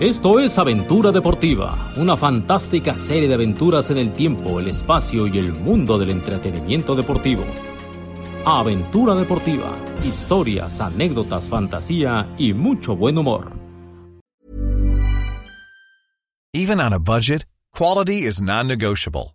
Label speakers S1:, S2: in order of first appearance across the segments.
S1: Esto es Aventura Deportiva, una fantástica serie de aventuras en el tiempo, el espacio y el mundo del entretenimiento deportivo. Aventura Deportiva, historias, anécdotas, fantasía y mucho buen humor.
S2: Even on a budget, quality is non-negotiable.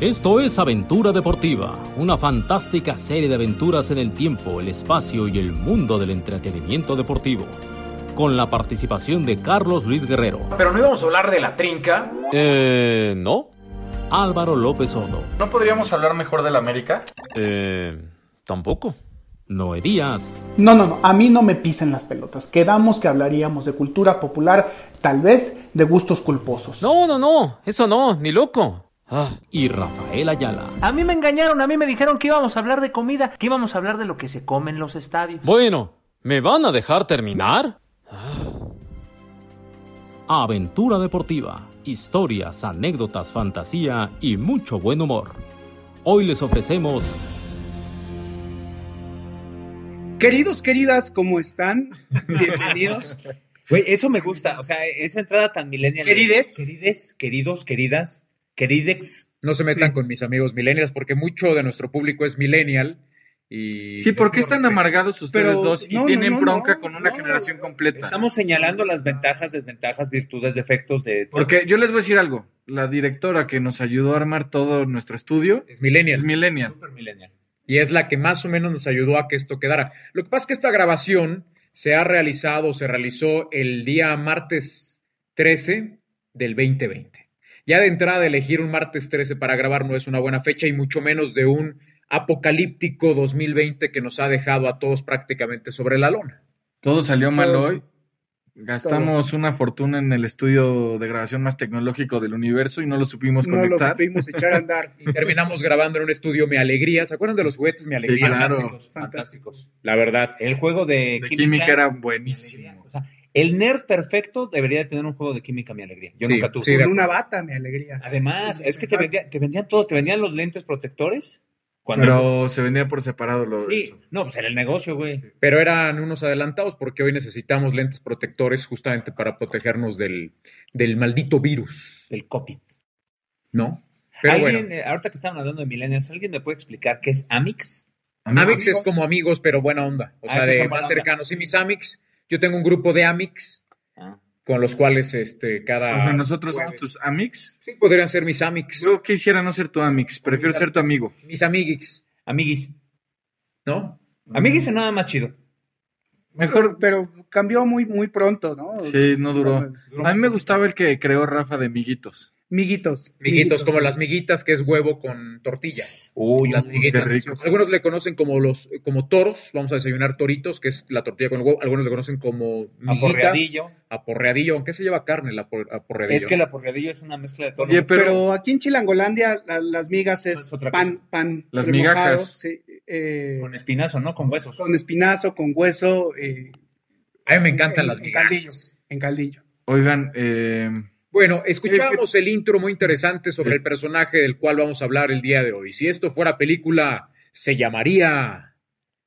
S1: Esto es Aventura Deportiva, una fantástica serie de aventuras en el tiempo, el espacio y el mundo del entretenimiento deportivo. Con la participación de Carlos Luis Guerrero,
S3: Pero no íbamos a hablar de la trinca.
S4: Eh, no.
S1: Álvaro López Odo,
S3: ¿No podríamos hablar mejor de la América?
S4: Eh, tampoco.
S1: Noé Díaz,
S5: No, no, no, a mí no me pisen las pelotas. Quedamos que hablaríamos de cultura popular, tal vez de gustos culposos.
S4: No, no, no. Eso no, ni loco. Ah,
S1: y Rafael Ayala.
S6: A mí me engañaron, a mí me dijeron que íbamos a hablar de comida, que íbamos a hablar de lo que se come en los estadios.
S4: bueno, ¿me van a dejar terminar?
S1: Aventura Deportiva, historias, anécdotas, fantasía y mucho buen humor. Hoy les ofrecemos
S7: Queridos, queridas, ¿cómo están? Bienvenidos.
S8: Güey, eso me gusta. O sea, esa entrada tan millennial.
S7: Querides.
S8: Querides, queridos, queridas, queridex.
S9: No se metan con mis amigos millennials porque mucho de nuestro público es millennial. Y
S10: Sí, ¿por qué están amargados ustedes
S7: Pero,
S10: dos y
S7: no, no,
S10: tienen
S7: no,
S10: bronca
S7: no,
S10: con una
S7: no.
S10: generación completa?
S8: Estamos señalando las ventajas, desventajas, virtudes, defectos de.
S10: Porque yo les voy a decir algo. La directora que nos ayudó a armar todo nuestro estudio
S9: Es millennial.
S10: es millennial.
S8: Super millennial.
S9: y es la que más o menos nos ayudó a que esto quedara. Lo que pasa es que esta grabación se ha realizado, se realizó el día martes 13 del 2020. Ya de entrada, elegir un martes 13 para grabar no es una buena fecha y mucho menos de un apocalíptico 2020 que nos ha dejado a todos prácticamente sobre la lona.
S10: Todo salió mal
S5: Todo.
S10: hoy. Gastamos una fortuna en el estudio de grabación más tecnológico del universo y no lo supimos
S7: No los
S10: conectar.
S7: pudimos echar a andar.
S9: Y terminamos grabando en un estudio Me Alegría. ¿Se acuerdan de los juguetes Me Alegría?
S10: claro.
S9: Fantásticos,
S8: Fantásticos.
S9: La verdad.
S8: El juego de,
S10: de química era buenísimo.
S8: O sea, el nerd perfecto debería de tener un juego de química, mi alegría. Yo
S9: Sí,
S8: nunca tuve.
S9: sí, de
S7: Con una bata, mi alegría.
S8: Además, es que te,
S7: Exacto.
S8: vendía- te vendían todo, te vendían los lentes protectores.
S10: Pero se vendía por separado lo de
S8: Sí,
S10: eso.
S8: no, pues era el negocio, güey.
S9: Pero eran unos adelantados porque hoy necesitamos lentes protectores justamente para protegernos del, del maldito virus,
S8: El copy.
S9: ¿no? Pero
S8: ¿Alguien,
S9: bueno,
S8: eh, ahorita que estaban hablando de millennials, ¿alguien me puede explicar qué es Amix?
S9: Amix es como amigos, pero buena onda. O
S8: Ah,
S9: sea,
S8: esos
S9: de
S8: son
S9: más
S8: buena onda.
S9: cercanos. Y mis Amix, yo tengo un grupo de Amix
S8: Ah.
S9: con los cuales este, cada.
S10: O sea, nosotros somos
S9: jueves-
S10: tus amics.
S9: Sí, podrían ser mis Amix,
S10: Yo quisiera no ser tu amix, prefiero
S9: Amix-
S10: ser tu amigo.
S9: mis Mm. Amiguix,
S8: Amiguis.
S9: ¿no?
S8: Amiguis es nada más chido.
S7: Mejor, pero cambió muy, muy pronto, ¿no?
S10: Sí, no duró. A mí me gustaba el que creó Rafa de Miguitos.
S7: Miguitos.
S9: Miguitos, como las miguitas, que es huevo con tortilla.
S8: Uy,
S9: Las miguitas.
S10: qué ricos.
S9: Algunos le conocen como los como toros, vamos a desayunar toritos, que es la tortilla con el huevo. Algunos le conocen como miguitas,
S8: Aporreadillo.
S9: aporreadillo, aunque se lleva carne la apor- aporreadillo.
S8: Es que el aporreadillo es una mezcla de todo.
S10: Oye,
S7: Pero,
S10: pero
S7: aquí en Chilangolandia la- las migas es,
S8: Es otra
S7: pan, pan.
S10: Las
S7: remojado,
S10: migajas.
S7: sí, eh,
S8: Con espinazo, ¿no? Con huesos.
S7: con espinazo, con hueso, eh,
S9: A mí me encantan
S7: en-
S9: las
S7: en
S9: migajas.
S7: en caldillo.
S10: Oigan, eh,
S9: Bueno, escuchamos
S8: Eh,
S9: el intro muy interesante sobre el personaje del cual vamos a hablar el día de hoy. Si esto fuera película, se llamaría...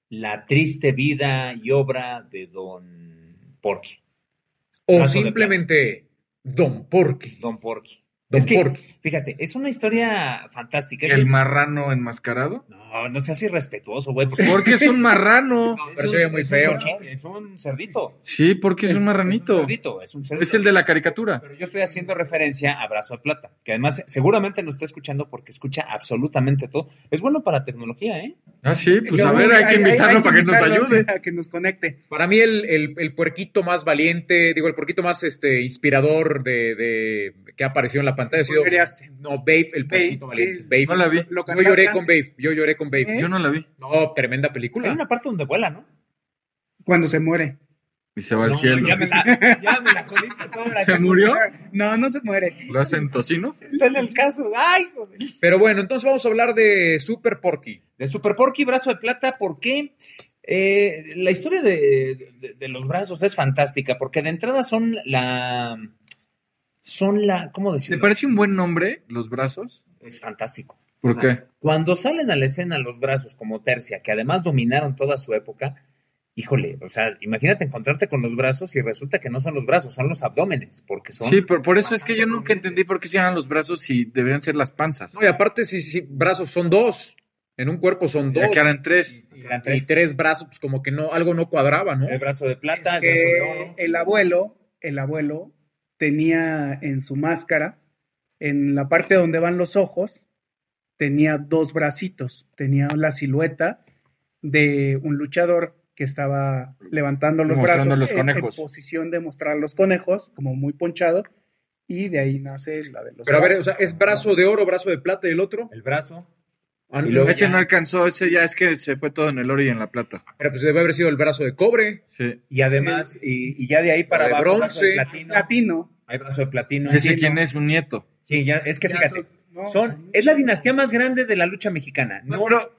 S8: La triste vida y obra de Don Porky.
S9: O
S8: Plazo de
S9: simplemente Don Porky.
S8: Don Porky.
S9: Don
S8: es que,
S9: Porky.
S8: Fíjate, es una historia fantástica. Es
S10: el
S8: que-
S10: marrano enmascarado.
S8: No, no seas irrespetuoso, güey. porque-
S10: Porque es un marrano.
S8: No,
S9: Pero se ve muy feo.
S8: cochín- es un cerdito.
S10: Sí, porque es un
S8: Es
S10: marranito.
S8: un cerdito, es un cerdito.
S10: Es el de la caricatura.
S8: Pero yo estoy haciendo referencia a Brazo de Plata, que además seguramente nos está escuchando porque escucha absolutamente todo. Es bueno para tecnología, ¿eh?
S10: Ah, sí, pues
S7: Yo-
S10: a ver, hay que invitarlo para que nos
S7: invitarlo,
S10: ayude.
S7: sí, A que nos conecte.
S9: Para mí el, el, el puerquito más valiente, digo, el puerquito más este, inspirador de, de- que ha aparecido en la pantalla ha sido...
S7: Spoileaste.
S9: No, Babe, el
S7: Babe,
S9: puerquito
S7: sí.
S9: valiente. Babe.
S10: No la vi.
S7: Lo
S9: Yo lloré
S7: cantaste
S9: con Babe, yo lloré con Babe.
S7: ¿Eh?
S10: Yo no la vi.
S9: No, tremenda
S8: Hay
S9: película.
S8: una parte donde vuela, ¿no?
S7: Cuando se muere.
S10: Y se va al cielo.
S8: Ya me la, ya me la jodiste toda la
S10: ¿Se
S8: que-
S10: murió?
S7: No, no se muere.
S10: ¿Lo hacen tocino?
S8: Está en el caso. Ay, joder.
S9: Pero bueno, entonces vamos a hablar de Super Porky.
S8: De Super Porky, brazo de plata, porque eh, la historia de, de- de los brazos es fantástica, porque de entrada son la. Son la. ¿Cómo
S10: ¿Te
S8: decirlo?
S10: parece un buen nombre, los brazos?
S8: Es fantástico.
S10: ¿Por qué?
S8: Cuando salen a la escena los brazos como tercia, que además dominaron toda su época, híjole, o sea, imagínate encontrarte con los brazos y resulta que no son los brazos, son los abdómenes, porque son.
S10: Sí, por, por eso es que yo nunca entendí por qué se llaman los brazos si deberían ser las panzas.
S9: No, y aparte, si, si brazos son dos, en un cuerpo son dos.
S10: Ya que eran tres.
S9: Y,
S8: Eran
S9: y
S8: tres.
S9: tres. brazos, pues como que no, algo no cuadraba, Ah, ¿no?
S8: El brazo de
S7: Es
S8: plata, el brazo de
S7: que
S8: oro.
S7: el abuelo, el abuelo tenía en su máscara, en la parte donde van los ojos, tenía dos bracitos, tenía la silueta de un luchador que estaba levantando los
S10: Mostrando
S7: brazos
S10: los
S7: en- en,
S10: conejos.
S7: posición de mostrar los conejos, como muy ponchado, y de ahí nace la de los
S9: Pero a ver, o
S7: brazos.
S9: sea, es brazo de oro, brazo de plata y el otro.
S8: El brazo.
S9: Ah,
S8: Y luego
S10: ese
S8: ya-
S10: no alcanzó, ese ya es que se fue todo en el oro y en la plata.
S9: Pero pues debe haber sido el brazo de cobre.
S10: Sí.
S8: Y además, y, y ya de ahí para
S9: de
S8: abajo, brazo de
S9: bronce.
S8: platino.
S7: latino.
S8: Hay brazo de platino.
S10: ¿Ese quién es? Un nieto.
S8: Sí, ya, es que
S7: Ya
S8: fíjate,
S7: son- no,
S8: son, es la dinastía más grande de la lucha mexicana. No,
S10: pero-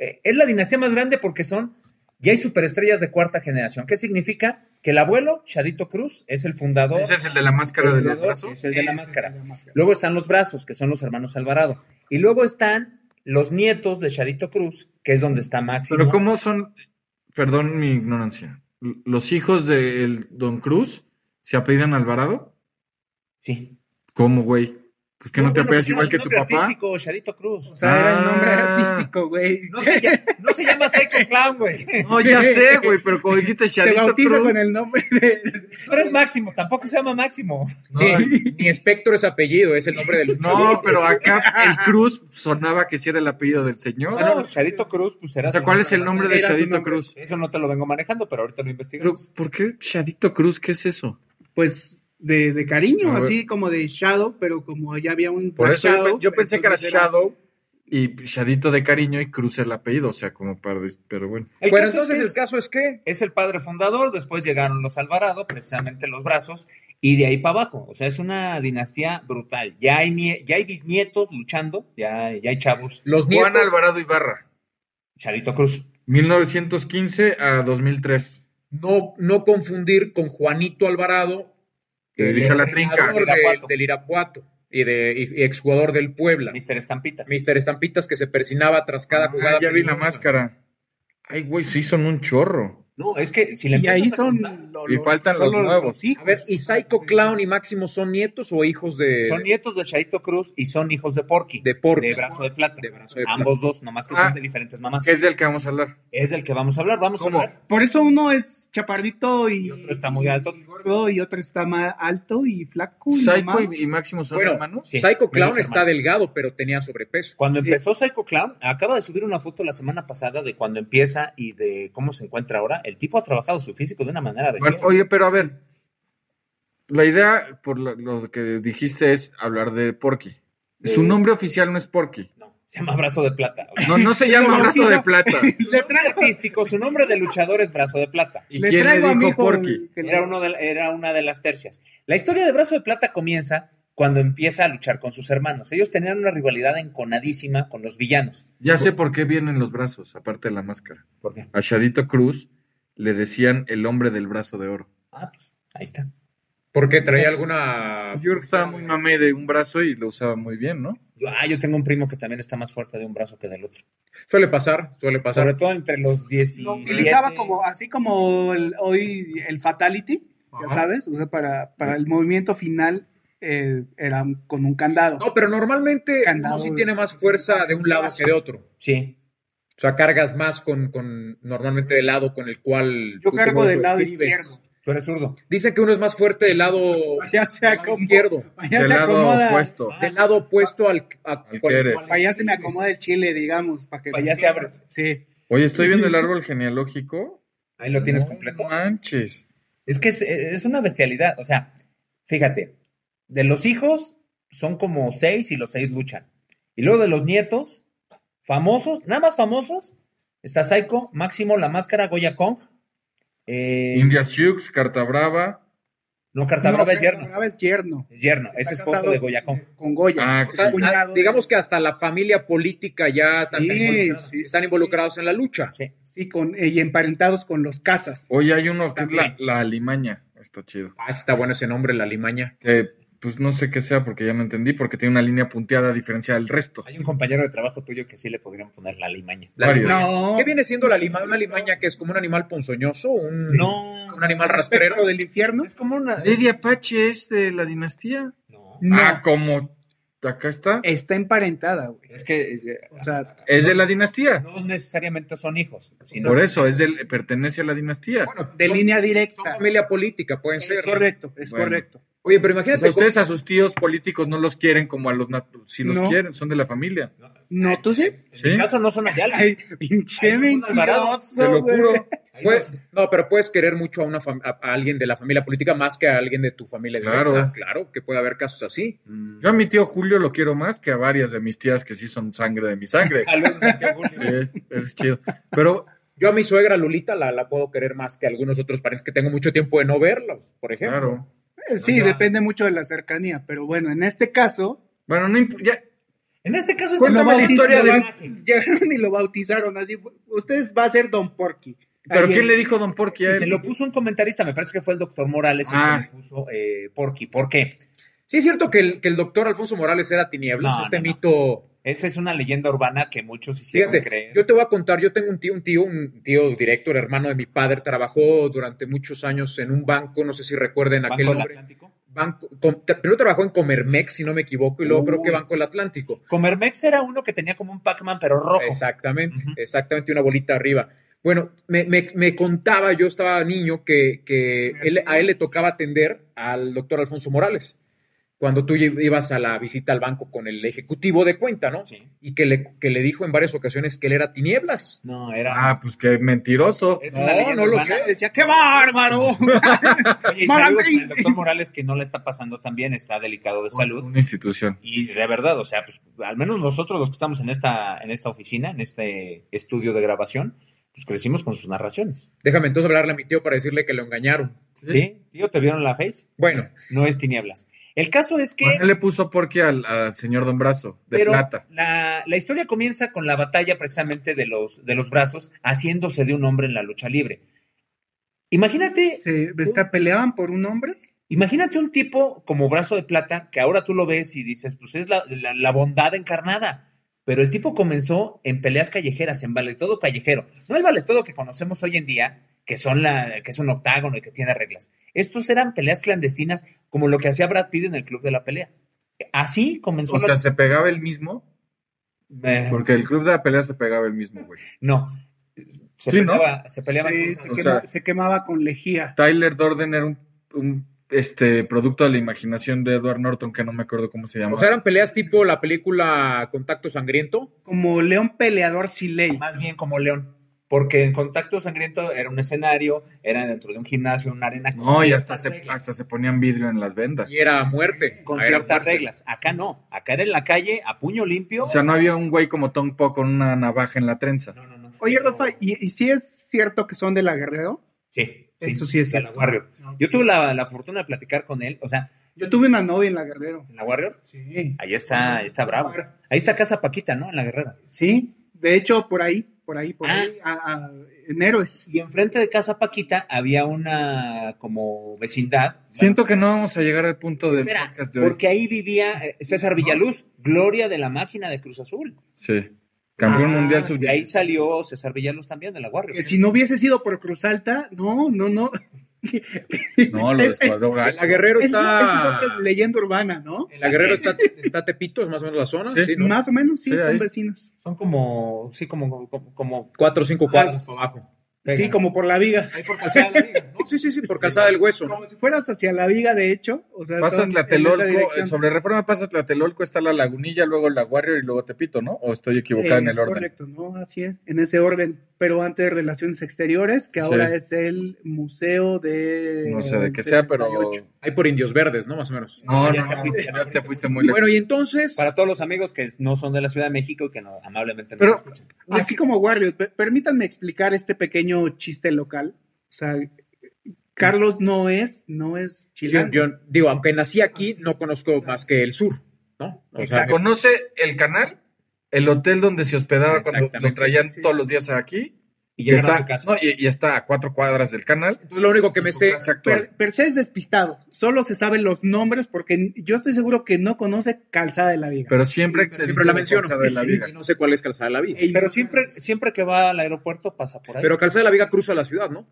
S8: eh, es la dinastía más grande porque son, ya hay superestrellas de cuarta generación. ¿Qué significa? Que el abuelo, Shadito Cruz, es el fundador.
S10: ¿Ese es el de la máscara de los brazos?
S8: Es el de la
S7: Ese es
S8: máscara.
S7: el de la máscara.
S8: Luego están los brazos, que son los hermanos Alvarado. Y luego están los nietos de Shadito Cruz, que es donde está Máximo.
S10: Pero ¿cómo son, perdón mi ignorancia, L- los hijos del Don Cruz se apellidan Alvarado?
S8: Sí.
S10: ¿Cómo, güey? Pues que no, te
S8: bueno,
S10: apellidas
S8: tiene
S10: igual
S8: su
S10: que tu
S8: nombre
S10: papá.
S8: artístico, Shadito Cruz.
S7: O sea, era el nombre
S10: Ah.
S7: artístico, güey.
S8: no, se llama, no se llama Psycho Clown, güey.
S10: No, ya sé, güey, pero como dijiste
S7: Te
S10: Charito
S7: bautiza
S10: Cruz.
S7: con el nombre de...
S8: No eres Máximo, tampoco se llama Máximo.
S9: Sí, ni espectro es apellido, es el nombre del.
S10: No, pero acá el Cruz sonaba que sí era el apellido del señor.
S8: O sea, no, Shadito Cruz, pues será.
S10: o sea,
S8: su
S10: ¿cuál es el nombre de
S7: Era su
S10: Shadito
S7: nombre.
S10: Cruz?
S8: Eso no te lo vengo manejando, pero ahorita lo
S10: Pero,
S8: investigamos.
S10: ¿por qué Shadito Cruz? ¿Qué es eso?
S7: pues de, de cariño,
S10: A ver.
S7: así como de Shadow, pero como ya había un
S10: Por
S7: Black
S10: eso yo,
S7: Shadow,
S10: pe- yo pensé que era
S7: entonces era-
S10: Shadow y Shadito de cariño y Cruz el apellido, o sea, como para... des- Pero bueno.
S8: El
S9: Bueno,
S8: caso es
S9: entonces
S8: que
S9: el caso es que.
S8: es el padre fundador, después llegaron los Alvarado, precisamente los brazos, y de ahí para abajo. O sea, es una dinastía brutal. Ya hay, nie- ya hay bisnietos luchando, ya, ya hay chavos.
S9: Los nietos.
S10: Juan Alvarado Ibarra,
S8: Charito Cruz.
S10: 1915 a 2003.
S9: No, no confundir con Juanito Alvarado,
S10: Que
S9: el
S10: dirige la
S9: entrenador
S10: trinca.
S9: de-
S8: Irapuato.
S9: del Irapuato y, de, y- y exjugador del Puebla.
S8: Mister Estampitas.
S9: Mister Estampitas que se persinaba tras cada
S10: Ah,
S9: jugada.
S10: ya vi la
S9: peligrosa.
S10: máscara. Ay, güey, sí son un chorro.
S8: No, es que si le
S7: Y ahí
S8: empiezas a
S7: son...
S8: contar,
S7: lo-
S10: Y faltan
S7: son
S10: los nuevos.
S7: hijos.
S9: A ver, ¿y Psycho Clown y Máximo son nietos o hijos de,
S8: son nietos de Charito Cruz y son hijos de Porky.
S9: de Porky?
S8: de brazo de plata.
S9: De brazo de
S8: Ambos dos, nomás que
S10: Ah.
S8: son de diferentes mamás.
S10: Que es del que vamos a hablar.
S8: Es del que vamos a hablar. Vamos
S10: ¿Cómo?
S8: a hablar.
S7: Por eso uno es chaparrito y,
S8: Y otro está muy alto.
S7: y gordo y otro está más alto y flaco. y
S10: Psycho
S7: mamado.
S10: y, y Máximo son
S9: Bueno,
S10: hermanos.
S8: Sí,
S9: Psycho Clown
S8: menos
S9: está
S8: hermanos.
S9: delgado, pero tenía sobrepeso.
S8: Cuando
S7: Sí.
S8: empezó Psycho Clown, acaba de subir una foto la semana pasada de cuando empieza y de cómo se encuentra ahora. El tipo ha trabajado su físico de una manera
S10: Bueno,
S8: bestial.
S10: oye, pero a ver. La idea, por lo, lo que dijiste, es hablar de Porky. Su nombre oficial no es Porky.
S8: No, se llama Brazo de Plata. O sea,
S10: No, no se llama brazo de plata.
S8: su nombre artístico, su nombre de luchador es Brazo de Plata.
S10: ¿Y quién le
S7: traigo a mi
S10: dijo
S7: hijo
S10: Porky?
S7: que le-
S8: Era, uno de- era una de las tercias. La historia de Brazo de Plata comienza cuando empieza a luchar con sus hermanos. Ellos tenían una rivalidad enconadísima con los villanos.
S10: Ya sé por qué vienen los brazos, aparte de la máscara.
S8: ¿Por qué?
S10: A Shadito Cruz le decían el hombre del brazo de oro.
S8: Ah, pues, ahí está.
S9: Porque traía alguna.
S10: Yo creo que estaba muy mame de un brazo y lo usaba muy bien, ¿no?
S8: Yo- ah, yo tengo un primo que también está más fuerte de un brazo que del otro.
S9: Suele pasar, suele pasar.
S8: Sobre todo entre los 10
S7: Lo utilizaba como, así como el- hoy el Fatality, ya sabes, o sea, para, para el movimiento final eh, era un- con un candado.
S9: No, pero normalmente
S7: Candado.
S9: uno sí tiene más fuerza de un lado que de otro.
S8: Sí.
S9: O sea, cargas más con, con normalmente del lado con el cual.
S7: Yo
S9: tú
S7: cargo
S9: te
S7: del lado
S9: escribes.
S7: izquierdo.
S8: Tú eres zurdo.
S9: Dicen que uno es más fuerte del lado,
S7: Ya se
S9: del lado
S7: acomoda.
S9: izquierdo,
S7: Vaya,
S10: Del
S7: se
S10: lado
S7: acomoda.
S10: opuesto.
S9: del lado opuesto al, a-
S10: Al
S9: con
S10: que
S9: el
S10: eres.
S9: cual
S7: Allá se me
S9: escribes.
S7: acomoda el chile, digamos, para que
S8: Para allá Pues se abre.
S7: Sí.
S10: Oye, estoy viendo el árbol genealógico.
S8: Ahí lo tienes
S10: No
S8: completo.
S10: Manches.
S8: Es que es, es una bestialidad. O sea, fíjate, de los hijos son como seis y los seis luchan. Y luego de los nietos, famosos, nada más famosos, está Psycho, Máximo, La Máscara, Goya Kong, Eh,
S10: India Sioux, Carta Brava.
S8: No, Carta Brava es yerno.
S7: Brava es yerno.
S8: Es yerno, es
S7: Está
S8: esposo
S7: casado
S8: de Goyacón.
S7: Con Goya.
S10: Ah,
S9: O sea,
S10: sí.
S9: a- digamos que hasta la familia política ya
S7: Sí,
S9: están, involucrados,
S7: sí,
S9: están
S7: sí.
S9: involucrados en la lucha.
S8: Sí.
S7: Sí, con, eh, y emparentados con los casas.
S10: Hoy hay uno que es la,
S9: También.
S10: la Alimaña. Está chido.
S9: Ah, está bueno ese nombre, la limaña.
S10: Que pues no sé qué sea porque ya no entendí, porque tiene una línea punteada a diferencia del resto.
S8: Hay un compañero de trabajo tuyo que sí le podrían poner la limaña.
S9: La
S10: Varios.
S9: limaña.
S7: No.
S9: ¿Qué viene siendo la limaña? ¿Una limaña que es como un animal ponzoñoso? ¿Un,
S8: No,
S9: un animal rastrero?
S7: Espectro del infierno.
S8: es como una.
S10: Lady Apache es de la dinastía.
S8: No,
S7: No, Eh,
S10: Ah, como acá está.
S7: está emparentada, güey.
S8: es que. eh,
S7: O sea,
S10: Es de la dinastía.
S8: No necesariamente son hijos, sino
S10: Por eso, es del, pertenece a la dinastía.
S9: Bueno,
S7: de
S9: son-
S7: línea directa.
S9: Son familia política, pueden ser.
S7: Es correcto, es
S10: Bueno.
S7: correcto.
S9: Oye, pero
S10: O
S9: imagínate.
S10: sea,
S9: cómo-
S10: Pues ustedes a sus tíos políticos no los quieren como a los natu- si los
S7: No.
S10: quieren, son de la familia.
S7: ¿No tú sí?
S8: En
S10: ¿Sí?
S8: mi caso no son Ayala.
S7: Ay, pinche
S8: Ay,
S7: mentiroso,
S10: Te lo
S7: güey.
S10: juro.
S8: Ahí
S9: Pues,
S8: no-
S9: no, pero puedes querer mucho a, una fam- a, a alguien de la familia política más que a alguien de tu familia.
S10: Claro.
S9: directa. claro, que puede haber casos así.
S10: Yo a mi tío Julio lo quiero más que a varias de mis tías que sí son sangre de mi sangre.
S8: Saludos a Teo Julio.
S10: Sí, es chido. Pero
S9: Yo a mi suegra Lolita la, la puedo querer más que a algunos otros parientes que tengo mucho tiempo de no verlos, por ejemplo.
S10: claro.
S7: Eh, Sí,
S8: Ajá.
S7: depende mucho de la cercanía, pero bueno, en este caso,
S10: Bueno, no imp- ya
S8: En este caso es
S10: Cuéntame la historia de-
S7: llegaron y lo bautizaron así. Ustedes va a ser Don Porky.
S10: pero
S7: Alguien-
S10: ¿qué le dijo Don Porky a
S8: Se
S10: él?
S8: lo puso un comentarista, me parece que fue el doctor Morales el
S10: Ah.
S8: que le puso eh, Porky. ¿Por qué?
S9: Sí, es cierto que el, que el doctor Alfonso Morales era tinieblas,
S8: No,
S9: este
S8: no, no.
S9: mito.
S8: Esa es una leyenda urbana que muchos hicieron
S9: Fíjate,
S8: creer.
S9: yo te voy a contar, yo tengo un tío, un tío, un tío directo, el hermano de mi padre, trabajó durante muchos años en un banco, no sé si recuerden
S8: Banco
S9: aquel
S8: del
S9: nombre.
S8: Atlántico.
S9: Banco, com- tra- primero trabajó en Comermex, si no me equivoco, y luego creo que
S8: Uy.
S9: Banco del Atlántico.
S8: Comermex era uno que tenía como un Pac-Man, pero rojo.
S9: Exactamente,
S8: Ujú.
S9: exactamente, una bolita arriba. Bueno, me, me- me contaba, yo estaba niño, que, que él- a él le tocaba atender al doctor Alfonso Morales, cuando tú lle- ibas a la visita al banco con el ejecutivo de cuenta, ¿no?
S8: Sí.
S9: Y que le, que le dijo en varias ocasiones que él era tinieblas.
S8: No, era.
S10: Ah, pues qué mentiroso.
S8: es
S9: no, no lo
S8: urbana.
S9: sé.
S7: Decía, ¡qué bárbaro!
S8: Oye, y saludos
S7: Maravilla.
S8: al doctor Morales que no la está pasando tan bien, está delicado de salud.
S10: Una institución.
S8: Y de verdad, o sea, pues al menos nosotros los que estamos en esta, en esta oficina, en este estudio de grabación, pues crecimos con sus narraciones.
S9: Déjame entonces hablarle a mi tío para decirle que lo engañaron.
S8: ¿Sí? Tío, ¿te vieron la face?
S9: Bueno,
S8: No es tinieblas. El caso es que...
S10: Bueno, él le puso Porky al, al señor Don Brazo, de
S8: pero
S10: plata.
S8: La, la historia comienza con la batalla precisamente de los, de los brazos, haciéndose de un hombre en la lucha libre. Imagínate,
S7: Se está, peleaban por un hombre.
S8: imagínate un tipo como brazo de plata, que ahora tú lo ves y dices, pues es la, la- la bondad encarnada. Pero el tipo comenzó en peleas callejeras, en vale todo callejero. No el vale todo que conocemos hoy en día, que son la, que es un octágono y que tiene reglas. Estos eran peleas clandestinas, como lo que hacía Brad Pitt en el club de la pelea. Así comenzó
S10: O
S8: la-
S10: sea, se pegaba él mismo,
S8: Eh,
S10: porque el club de la pelea se pegaba él mismo, güey.
S8: No. Se
S10: Sí, ¿no?
S8: peleaba, se peleaban
S7: Sí,
S8: con-
S7: eh, se,
S10: o
S7: quema-
S10: sea-
S7: se quemaba con lejía.
S10: Tyler Dorden era un, un, este producto de la imaginación de Edward Norton, que no me acuerdo cómo se llamaba.
S9: o sea, eran peleas tipo la película Contacto Sangriento.
S7: Como león peleador sin ley.
S8: más bien como León. Porque en Contacto Sangriento era un escenario, era dentro de un gimnasio, una arena. con
S10: no, y hasta
S8: ciertas
S10: se,
S8: reglas,
S10: hasta se ponían vidrio en las vendas.
S9: Y era a muerte.
S8: Con
S9: Era
S8: ciertas
S9: muerte.
S8: reglas. Acá no. Acá era en la calle, a puño limpio.
S10: O sea, no había un güey como Tom Poe con una navaja en la trenza.
S8: no, no, no.
S7: Oye,
S8: Pero-
S7: Rafa, ¿y, si es cierto que son de la Guerrero?
S8: Sí,
S7: Eso sí es
S8: de la
S7: cierto.
S8: Warrior. Yo tuve la, la fortuna de platicar con él. O sea,
S7: Yo tuve una novia en la Guerrero.
S8: en la Warrior.
S7: Sí.
S8: Ahí está, ahí está bravo. Ahí está Casa Paquita, ¿no? En la Guerrera.
S7: Sí, de hecho, por ahí, por ahí, por
S8: Ah.
S7: ahí, a- a- en Héroes.
S8: Y enfrente de Casa Paquita había una como vecindad.
S10: Siento que no vamos a llegar al punto del
S8: Espera,
S10: podcast de hoy.
S8: porque ahí vivía eh, César Villaluz, gloria de la máquina de Cruz Azul.
S10: Sí. Campeón
S7: Ah,
S10: mundial
S8: Y ahí
S10: sub-16.
S8: salió César Villaluz también de la Warrior.
S7: Que si no hubiese sido por Cruz Alta, no, no, no.
S10: No, lo descuadró
S9: En la
S10: gacho.
S9: Guerrero
S7: Esa-
S9: está.
S7: esa es otra leyenda urbana, ¿no?
S9: En la Guerrero está, está Tepito, es más o menos la zona.
S10: Sí.
S9: Sí, ¿no?
S7: Más o menos, sí,
S10: Sí,
S7: son
S10: ahí.
S7: vecinos.
S8: Son como, sí, como, como, como-
S9: Cuatro, cinco cuadras
S7: Ah,
S9: para abajo.
S7: Sí, como por la viga.
S9: Ahí por calzada de la viga. ¿no? Sí, sí, sí, por calzada del hueso. ¿no?
S7: Como si fueras hacia la viga, de hecho. O sea, son
S10: Pasa
S7: en esa
S10: Tlatelolco,
S7: dirección.
S10: sobre reforma pasa Tlatelolco, está la Lagunilla, luego la Warrior y luego Tepito, ¿no? O estoy equivocado en
S7: Es
S10: el orden.
S7: Correcto, ¿no? Así es, en ese orden. Pero antes de Relaciones Exteriores, que
S10: Sí.
S7: ahora es el Museo de.
S10: No sé de qué sea, pero.
S7: 68.
S9: Ahí por Indios Verdes, ¿no? Más o menos.
S10: No,
S8: Ya
S10: no,
S8: te
S10: no,
S8: fuiste,
S10: ya te fuiste muy lejos.
S9: Bueno, y entonces.
S8: para todos los amigos que no son de la Ciudad de México y que no, amablemente no
S10: Pero-
S8: escuchan.
S7: Así como Warrior, per- permítanme explicar este pequeño chiste local. sea, Carlos no es, no es
S9: Yo,
S7: chileno.
S9: yo digo, aunque nací aquí, no conozco más que el sur, ¿no? O sea,
S7: Exacto.
S10: Conoce el canal, el hotel donde se hospedaba cuando
S9: Exactamente,
S10: lo traían
S7: sí.
S10: todos los días aquí.
S8: Y
S10: que
S8: llegas
S10: está,
S8: a su casa.
S10: no, y, y está a cuatro cuadras del canal.
S9: entonces lo único que me
S10: Su
S9: sé,
S10: casa actual.
S7: Per, per se es despistado, solo se saben los nombres porque yo estoy seguro que no conoce Calzada de la Viga.
S10: Pero siempre, te
S9: siempre
S10: dicen
S9: la menciono.
S10: Calzada de la
S9: Sí,
S10: Viga.
S9: y no sé cuál es Calzada de la Viga.
S7: E-
S8: Pero siempre, siempre que va al aeropuerto pasa por ahí.
S9: Pero Calzada de la Viga cruza la ciudad, ¿no?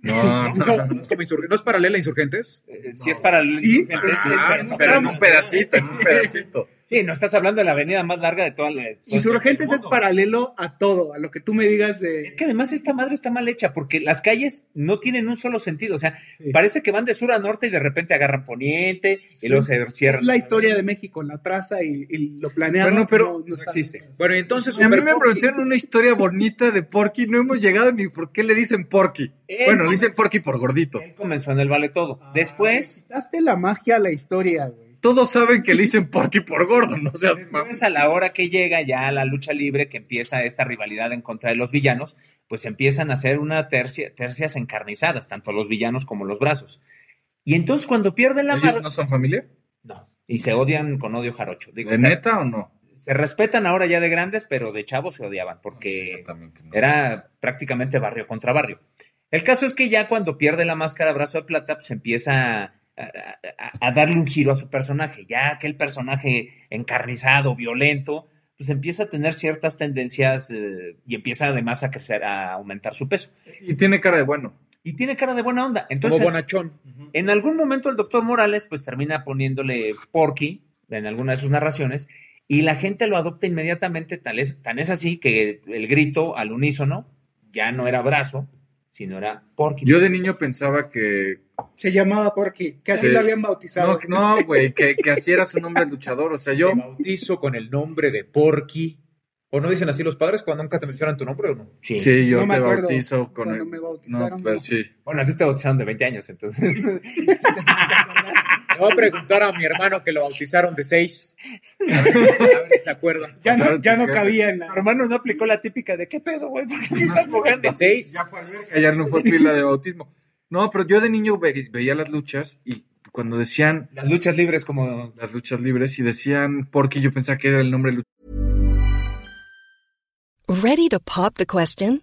S10: No,
S9: No,
S10: no,
S9: no, es como insurg- ¿no es paralela a Insurgentes.
S8: Eh, si es para el
S7: Sí,
S8: insurgente, es-
S10: Ah,
S8: eh, no,
S10: pero en un pedacito, en un pedacito.
S8: Sí, no estás hablando de la avenida más larga de toda la. de todo el
S7: Insurgentes es
S8: mundo.
S7: paralelo a todo, a lo que tú me digas de...
S8: Es que además esta madre está mal hecha porque las calles no tienen un solo sentido. O sea,
S7: Sí.
S8: parece que van de sur a norte y de repente agarran poniente y luego se cierran.
S7: es la historia de México, la traza y, y lo planeado.
S10: Bueno, pero
S7: no, no está-
S8: existe.
S9: Bueno, y entonces
S10: A mí
S9: Super
S10: me
S9: Porky-
S10: prometieron una historia bonita de Porky, no hemos llegado ni por qué le dicen Porky.
S8: Eh,
S10: Bueno,
S8: no.
S7: pues,
S10: dicen Porky por gordito.
S7: eh,
S8: Él comenzó en el vale todo.
S7: Ah,
S8: Después,
S7: Quitaste la magia a la historia, güey.
S10: Todos saben que le dicen Porky por gordo, no seas mamón.
S8: después, a la hora que llega ya la lucha libre, que empieza esta rivalidad en contra de los villanos, pues empiezan a hacer una tercia, tercias encarnizadas, tanto los villanos como los brazos. Y entonces cuando pierden la madre.
S10: ¿Ellos no son familia?
S8: No. Y se odian con odio jarocho. Digo,
S10: ¿De
S8: o sea,
S10: neta o no?
S8: se respetan ahora ya de grandes, pero de chavos se odiaban porque
S10: Sí, también que no.
S8: era prácticamente barrio contra barrio. El caso es que ya cuando pierde la máscara Brazo de Plata, pues empieza a, a- a- a darle un giro a su personaje. Ya aquel personaje encarnizado, violento, pues empieza a tener ciertas tendencias eh, y empieza además a crecer, a aumentar su peso.
S10: Y tiene cara de bueno.
S8: Y tiene cara de buena onda.
S9: como
S8: Entonces,
S9: Bonachón.
S8: en algún momento el doctor Morales pues termina poniéndole Porky en alguna de sus narraciones y la gente lo adopta inmediatamente, tal es, tan es así que el grito al unísono ya no era brazo, sino era Porky.
S10: Yo de niño pensaba que.
S7: Se llamaba Porky, que así
S10: Sí.
S7: lo habían bautizado.
S10: No, no, güey, que, que así era su nombre de luchador. O sea, yo.
S9: Te bautizo con el nombre de Porky. ¿O no dicen así los padres cuando nunca te mencionan tu nombre o no?
S8: Sí.
S10: Sí, yo
S7: No me
S10: te
S7: acuerdo
S10: bautizo con
S7: cuando
S10: el.
S7: me
S10: No,
S7: bautizaron.
S10: pero sí.
S8: Bueno, a ti te bautizaron de 20 años, entonces.
S9: Le voy a preguntar a mi hermano que lo bautizaron de seis. A ver, a ver si se acuerda.
S7: Ya no,
S10: Pasaron
S7: ya
S10: tus
S7: no
S10: jefes.
S7: cabía en
S8: Tu
S7: la...
S8: hermano no aplicó la típica de ¿qué pedo, güey? ¿Por qué me estás mojando?
S9: De seis.
S10: Ayer no fue pila de bautismo. No, pero yo de niño ve- veía las luchas y cuando decían
S8: Las luchas libres como...
S10: las luchas libres y decían Porky, yo pensaba que era el nombre
S11: Ready to pop the question?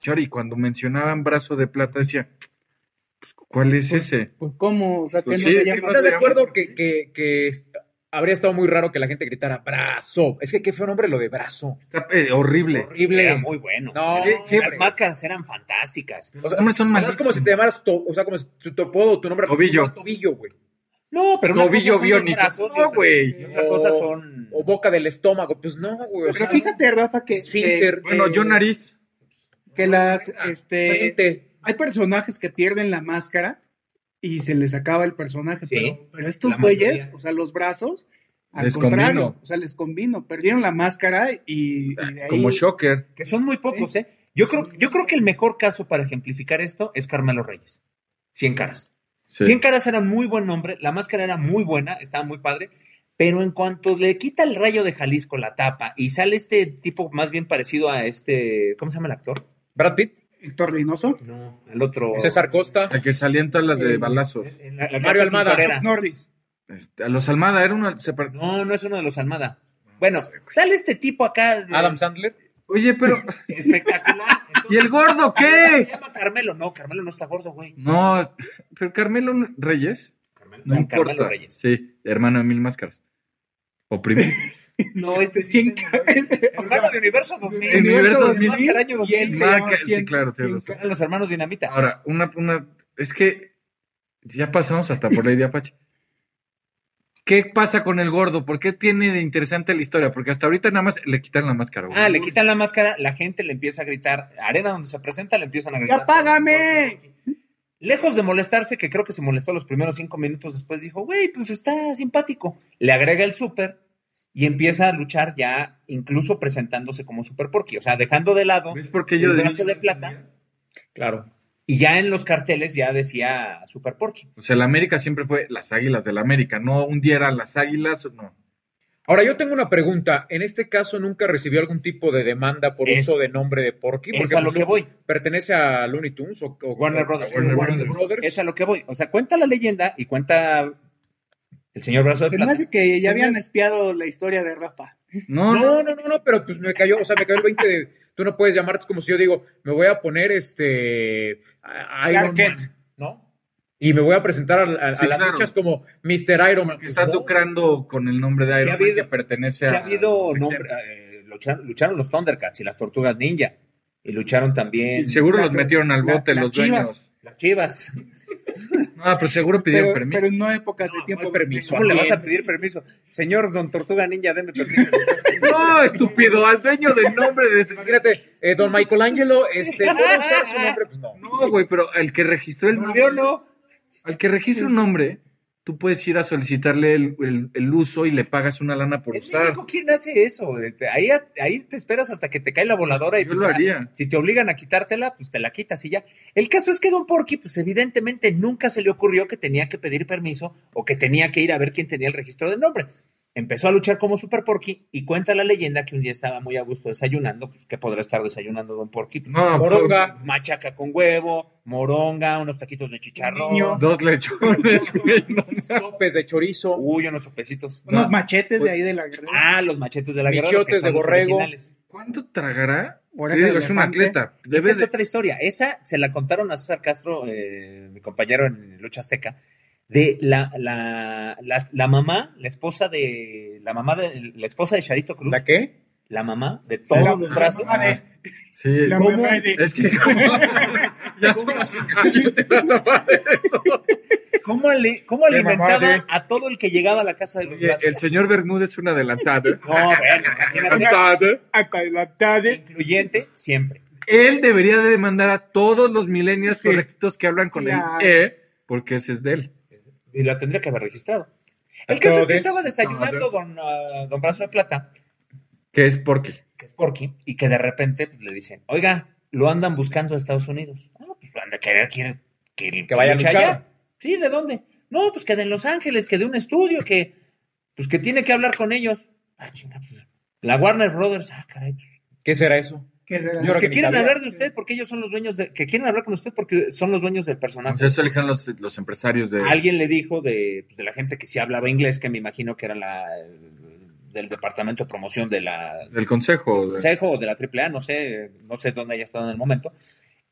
S10: luchador y cuando mencionaban brazo de plata decía, pues, ¿cuál es ese?
S7: Pues, ¿Cómo? O sea, que
S10: Pues
S7: no
S10: sí,
S7: se
S10: que
S7: llama...
S9: ¿Estás de acuerdo que, que- que est- habría estado muy raro que la gente gritara brazo? Es que qué feo nombre lo de brazo.
S10: Está eh, horrible.
S9: Horrible.
S8: Era muy bueno.
S9: No,
S10: ¿Qué- qué-
S8: Las máscaras eran fantásticas.
S10: Los nombres son
S9: Además, como
S10: malísimos.
S9: si te llamaras, to- o sea, como si tu topodo, tu nombre
S10: Tobillo.
S9: artístico, tobillo, güey.
S8: No, pero una
S10: Tobillo
S8: cosa son los
S10: biónico.
S8: brazos y
S10: No,
S8: otra-
S10: güey.
S8: y otra cosa
S9: O-
S8: son...
S9: O boca del estómago. Pues no, güey. O
S7: Pero
S9: sea,
S7: fíjate, Rafa, que,
S9: esfínter.
S7: que-
S10: Bueno, yo nariz. Ah,
S7: que las, este,
S9: frente.
S7: hay personajes que pierden la máscara y se les acaba el personaje,
S8: Sí,
S7: pero, pero estos
S8: la
S7: güeyes,
S8: mayoría.
S7: o sea, los brazos, al
S10: Les
S7: contrario,
S10: combino.
S7: o sea, les combino, perdieron la máscara y, y de ahí-
S10: Ah, Como Shocker.
S8: que son muy pocos, ¿eh? Yo creo, yo creo que el mejor caso para ejemplificar esto es Carmelo Reyes. Cien caras.
S10: Sí.
S8: Cien caras era muy buen nombre, la máscara era muy buena, estaba muy padre, pero en cuanto le quita el rayo de Jalisco la tapa y sale este tipo más bien parecido a este, ¿cómo se llama el actor?
S9: Brad Pitt,
S7: Héctor Reynoso,
S8: No, el otro.
S9: César Costa.
S10: El que salía en todas las de balazos.
S8: En la- la
S9: Mario
S8: casa
S9: Almada.
S8: tintorera.
S7: Nordis,
S10: Este, a los Almada era una. se par-
S8: No, no es uno de los Almada. Bueno, sale este tipo acá de-
S9: Adam Sandler.
S10: Oye, pero.
S8: espectacular.
S10: ¿Y el gordo
S8: Se
S10: qué?
S8: llama Carmelo, no, Carmelo no está gordo, güey.
S10: No, pero Carmelo Reyes.
S8: Carmelo,
S10: No importa.
S8: Carmelo Reyes.
S10: Sí, hermano de mil máscaras. O primo.
S8: No, este sí.
S7: cien
S8: Hermanos de Universo 2000.
S10: El Universo 2000.
S8: Máscara año
S7: Y él
S8: 2000.
S7: se
S10: Marca-
S7: llamaba
S10: sí,
S7: cien-
S10: claro, sí,
S7: cien
S10: lo sé.
S7: caras.
S8: Eran los hermanos Dinamita.
S10: Ahora, una, una. Es que ya pasamos hasta por Lady Apache. ¿Qué pasa con el gordo? ¿Por qué tiene de interesante la historia? Porque hasta ahorita nada más le quitan la máscara. güey.
S8: Ah, le quitan la máscara, la gente le empieza a gritar. Arena donde se presenta, le empiezan a gritar.
S7: ¡Ya págame!
S8: Lejos de molestarse, que creo que se molestó los primeros cinco minutos después, dijo, güey, pues está simpático. Le agrega el súper y empieza a luchar ya, incluso presentándose como Super Porky. O sea, dejando de lado
S10: Porque yo
S8: el
S10: de-
S8: brazo de plata.
S9: Claro.
S8: Y ya en los carteles ya decía Super Porky.
S10: O sea, la América siempre fue las águilas del América. No, un día eran las águilas, no.
S9: Ahora, yo tengo una pregunta. ¿En este caso nunca recibió algún tipo de demanda por
S8: Es-
S9: uso de nombre de Porky?
S8: es a lo
S9: pues,
S8: que voy.
S9: ¿Pertenece a Looney Tunes o, o-
S8: Warner
S9: o-
S8: Brothers.
S9: a Warner
S8: Warner
S9: Brothers?
S8: Es a lo que voy. O sea, cuenta la leyenda y cuenta el señor Brazo de
S7: Se me
S8: Plata.
S7: hace que
S9: Se
S7: ya habían
S9: me-
S7: espiado la historia de Rafa.
S10: No, no.
S9: No, no, no, no, pero pues me cayó, o sea, me cayó el 20 de. Tú no puedes llamarte es como si yo digo, me voy a poner este. a- a Iron
S7: Clark Kent.
S9: Man, ¿no? Y me voy a presentar a, a- a
S10: Sí,
S9: las
S10: claro.
S9: luchas como Mr. Iron Man. pues,
S10: Que estás
S9: ¿no?
S10: lucrando con el nombre de Iron
S8: ha
S10: Man que
S8: habido-
S10: pertenece
S8: Ya
S10: a.
S8: ha habido
S10: no sé
S8: nombre-
S10: quién.
S8: eh, lucharon, lucharon los Thundercats y las Tortugas Ninja. Y lucharon también
S10: Y Seguro los metieron al
S7: La-
S10: bote
S7: las
S10: los dueños.
S7: Chivas.
S8: las Chivas.
S10: Ah, pero seguro pidieron
S7: Pero,
S10: permiso.
S7: pero no épocas de tiempo.
S9: hay permiso.
S8: ¿Cómo le vas a pedir permiso? Señor Don Tortuga Ninja, deme permiso.
S10: No, estúpido, al dueño del nombre de.
S9: Imagínate, eh, don Michelangelo, este, ¿puedo usar su nombre? Pues no.
S10: No, güey, pero el que registró el
S8: No,
S10: nombre.
S8: yo no.
S10: Al que registra un nombre, tú puedes ir a solicitarle el, el- el uso y le pagas una lana por
S8: En
S10: usar.
S8: México, ¿quién hace eso? Este, Ahí, ahí te esperas hasta que te cae la voladora y
S10: Yo
S8: pues,
S10: lo
S8: ah,
S10: haría.
S8: Si te obligan a quitártela, pues te la quitas y ya. El caso es que Don Porky, pues evidentemente nunca se le ocurrió que tenía que pedir permiso o que tenía que ir a ver quién tenía el registro de nombre. Empezó a luchar como Super Porky y cuenta la leyenda que un día estaba muy a gusto desayunando, pues que podrá estar desayunando Don Porky. Pues,
S10: No,
S9: Moronga.
S8: Machaca con huevo, moronga, unos taquitos de chicharrón,
S10: por- dos lechones, güey. no.
S9: Sopes de chorizo,
S8: uy, unos sopecitos.
S7: Unos machetes de ahí de la guerra.
S8: Ah, los machetes de la guerra.
S9: Michiotes de borrego.
S10: ¿Cuánto tragará?
S7: Oreja
S10: Te digo,
S7: de
S10: es un
S7: elefante.
S10: atleta.
S8: Esa
S10: Debe
S8: es
S10: de-
S8: otra historia. Esa se la contaron a César Castro, eh, mi compañero en Lucha Azteca, de la, la, la, la mamá, la esposa de la mamá de la esposa de Charito Cruz,
S9: ¿la
S8: la,
S9: qué?
S8: mamá de todos
S7: La-
S8: los
S7: la
S8: brazos.
S7: mamá de-
S10: Ah, Sí.
S7: La
S10: ¿Cómo?
S7: mamá de-
S10: Es que ¿cómo? ya somos calientes hasta para eso.
S8: ¿Cómo, ale- cómo
S9: La mamá
S8: alimentaba
S9: de-
S8: a todo el que llegaba a la casa de los
S10: Oye,
S8: brazos?
S10: el señor Bermúdez es un adelantado.
S8: No, bueno, imagínate,
S10: Adelantado.
S7: Adelantade.
S8: incluyente siempre.
S10: Él debería de demandar a todos los millennials
S7: Sí.
S10: correctos que hablan con
S7: Claro.
S10: el E, porque ese es de él.
S8: Y la tendría que haber registrado. El
S9: A
S8: caso es que
S9: todos.
S8: estaba desayunando don, ah, don Brazo de Plata
S10: Que es porque.
S8: que es Porky, y que de repente pues, le dicen, oiga, lo andan buscando a Estados Unidos. Ah, pues anda a querer quiere que, que
S9: vaya a
S8: luche
S9: luchar.
S8: Sí, ¿de dónde? No, pues que de Los Ángeles, que de un estudio, que pues que tiene que hablar con ellos. Ah, chinga, pues, la Warner Brothers, ah, caray.
S9: ¿Qué será eso?
S7: ¿Qué será?
S9: Yo
S8: Pues
S9: creo
S8: que
S9: ni
S8: quieren
S9: sabía.
S8: hablar de usted porque ellos son los dueños de, que quieren hablar con usted porque son los dueños del personaje.
S10: Entonces eso elijan los, los empresarios
S9: eh,
S10: de.
S8: Alguien le dijo de, pues, de la gente que sí hablaba inglés, que me imagino que era la del departamento de promoción de la
S10: Del consejo. de-
S8: consejo o de la AAA, no sé, no sé dónde haya estado en el momento,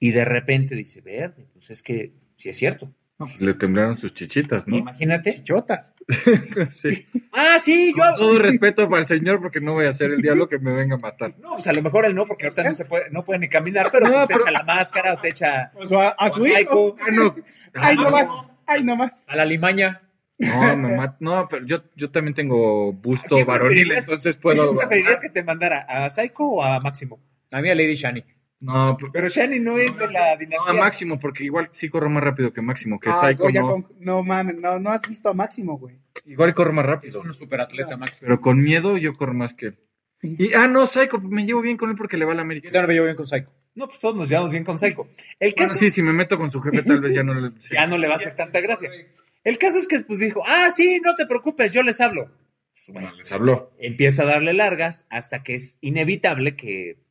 S8: y de repente dice, verde, pues es que sí es cierto.
S10: Le temblaron sus chichitas, ¿no?
S8: Imagínate.
S7: Chotas.
S10: Sí.
S8: Ah, sí, yo...
S10: Con todo respeto para el señor, porque no voy a ser el diablo que me venga a matar.
S8: No, pues a lo mejor él no, porque ahorita no se puede, no puede ni caminar, pero
S10: No,
S8: pues te
S10: pero-
S8: echa la máscara o te echa...
S7: O sea, a su hijo.
S8: Psycho.
S10: Bueno,
S7: Ay, no más. Ay, no más.
S9: A la limaña.
S10: Ah, No, me mat- No, pero yo, yo también tengo
S8: ¿A
S10: busto
S8: quién
S10: varonil,
S8: preferirías?
S10: entonces
S8: ¿Quién
S10: puedo.
S8: preferirías que te mandara? ¿A Psycho o a Máximo?
S9: A mí a Lady Shani.
S10: No, pero-
S8: Pero Shani no es de la
S10: no,
S8: dinastía.
S10: a Máximo, porque igual sí corro más rápido que Máximo, que
S7: Ah,
S10: Psycho
S7: güey, ya
S10: no.
S7: con- no mames, no, no has visto a Máximo, güey.
S10: Igual corro más
S9: Es
S10: rápido.
S9: un superatleta, Max.
S10: Pero con miedo yo corro más que él. Y, ah, no, Psycho, me llevo bien con él porque le va a la
S9: Yo
S10: América.
S9: también me llevo bien con Psycho.
S8: No, pues todos nos llevamos bien con Psycho. El
S10: Bueno,
S8: caso
S10: sí, si me meto con su jefe, tal vez ya no le. sí.
S8: ya no le va a hacer tanta gracia. El caso es que pues dijo, ah, sí, no te preocupes, yo les hablo. Pues, bueno,
S10: Bueno, les habló.
S8: empieza a darle largas hasta que es inevitable que